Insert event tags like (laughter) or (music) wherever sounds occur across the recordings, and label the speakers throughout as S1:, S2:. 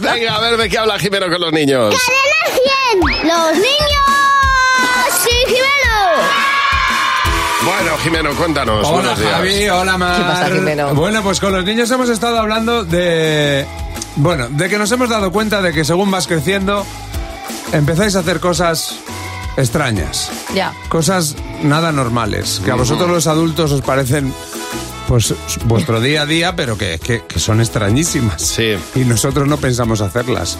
S1: Venga, a ver de qué habla Jimeno con los niños.
S2: ¡Cadena 100! ¡Los niños! ¡Sí, Jimeno!
S1: Bueno, Jimeno, cuéntanos.
S3: Hola
S1: Pues buenos días.
S3: Javi, hola Mar.
S4: ¿Qué pasa, Jimeno?
S3: Bueno, pues con los niños hemos estado hablando de... Bueno, de que nos hemos dado cuenta de que según vas creciendo, empezáis a hacer cosas extrañas.
S4: Ya.
S3: Cosas nada normales, que a vosotros los adultos os parecen pues vuestro día a día, pero que, que- que son extrañísimas.
S1: Sí.
S3: Y nosotros no pensamos hacerlas.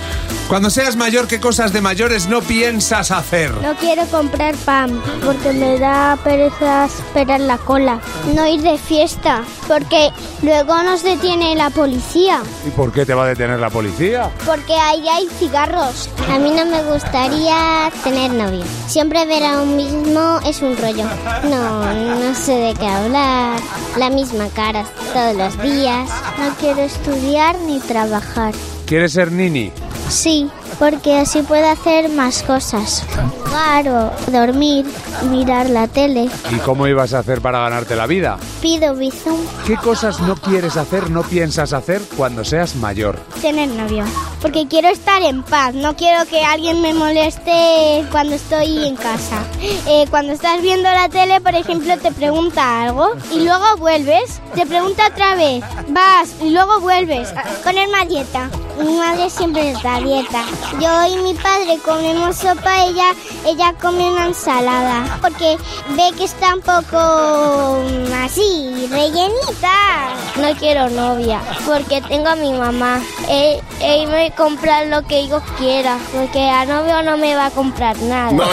S3: Cuando seas mayor, ¿qué cosas de mayores no piensas hacer?
S2: No quiero comprar pan porque me da pereza esperar la cola. No ir de fiesta porque luego nos detiene la policía.
S5: ¿Y por qué te va a detener la policía?
S2: Porque ahí hay cigarros. A mí no me gustaría tener novio. Siempre ver a un mismo es un rollo. No, no sé de qué hablar. La misma cara todos los días. No quiero estudiar ni trabajar.
S3: ¿Quieres ser nini?
S2: Sí, porque así puedo hacer más cosas. Jugar o dormir, mirar la tele.
S5: ¿Y cómo ibas a hacer para ganarte la vida?
S2: Pido bizum.
S5: ¿Qué cosas no quieres hacer, no piensas hacer cuando seas mayor?
S2: Tener novio. Porque quiero estar en paz. No quiero que alguien me moleste cuando estoy en casa. Eh, cuando estás viendo la tele, por ejemplo, te pregunta algo y luego vuelves. Te pregunta otra vez. Vas y luego vuelves. ah, Ponerme a dieta. Mi madre siempre está a dieta. Yo y mi padre comemos sopa, ella, ella come una ensalada. Porque ve que está un poco mm, así, rellenita. No quiero novia, porque tengo a mi mamá. Él, él me compra lo que yo quiera, porque a novio no me va a comprar nada.
S4: Bueno,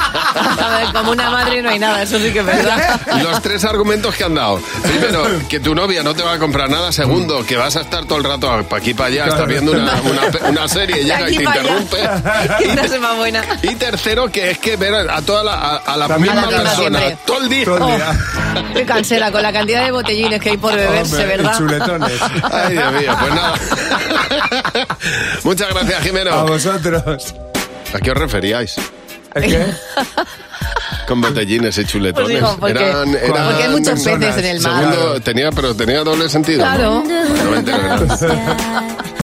S4: a ver, como una madre no hay nada, eso sí que es verdad.
S1: Los tres argumentos que han dado. Primero, que tu novia no te va a comprar nada. Segundo, que vas a estar todo el rato para aquí para allá, estás viendo una, una pe- una serie,
S4: De
S1: llega y
S4: aquí
S1: te
S4: para allá. (laughs)
S1: interrumpe.
S4: Qué frase
S1: (laughs)
S4: más buena.
S1: Y tercero, que es que ver a toda la, a, a la
S3: La
S1: misma
S3: misma
S1: persona
S4: siempre.
S1: todo el día.
S3: Todo el día.
S4: Oh, Me cancela con la cantidad de botellines que hay por beberse,
S3: Hombre, y
S4: ¿verdad?
S3: (laughs) chuletones.
S1: Ay, Dios mío, pues nada. Muchas gracias,
S3: A
S1: Jimeno.
S3: vosotros.
S1: ¿A qué os referíais?
S3: ¿El qué?
S1: Con botellines y chuletones.
S4: (laughs) Pues digo, porque,
S1: Eran- eran-
S4: porque hay muchos
S3: personas,
S4: peces en el mar.
S1: Segundo, tenía, pero tenía doble sentido.
S4: Claro.
S1: No me entero de nada.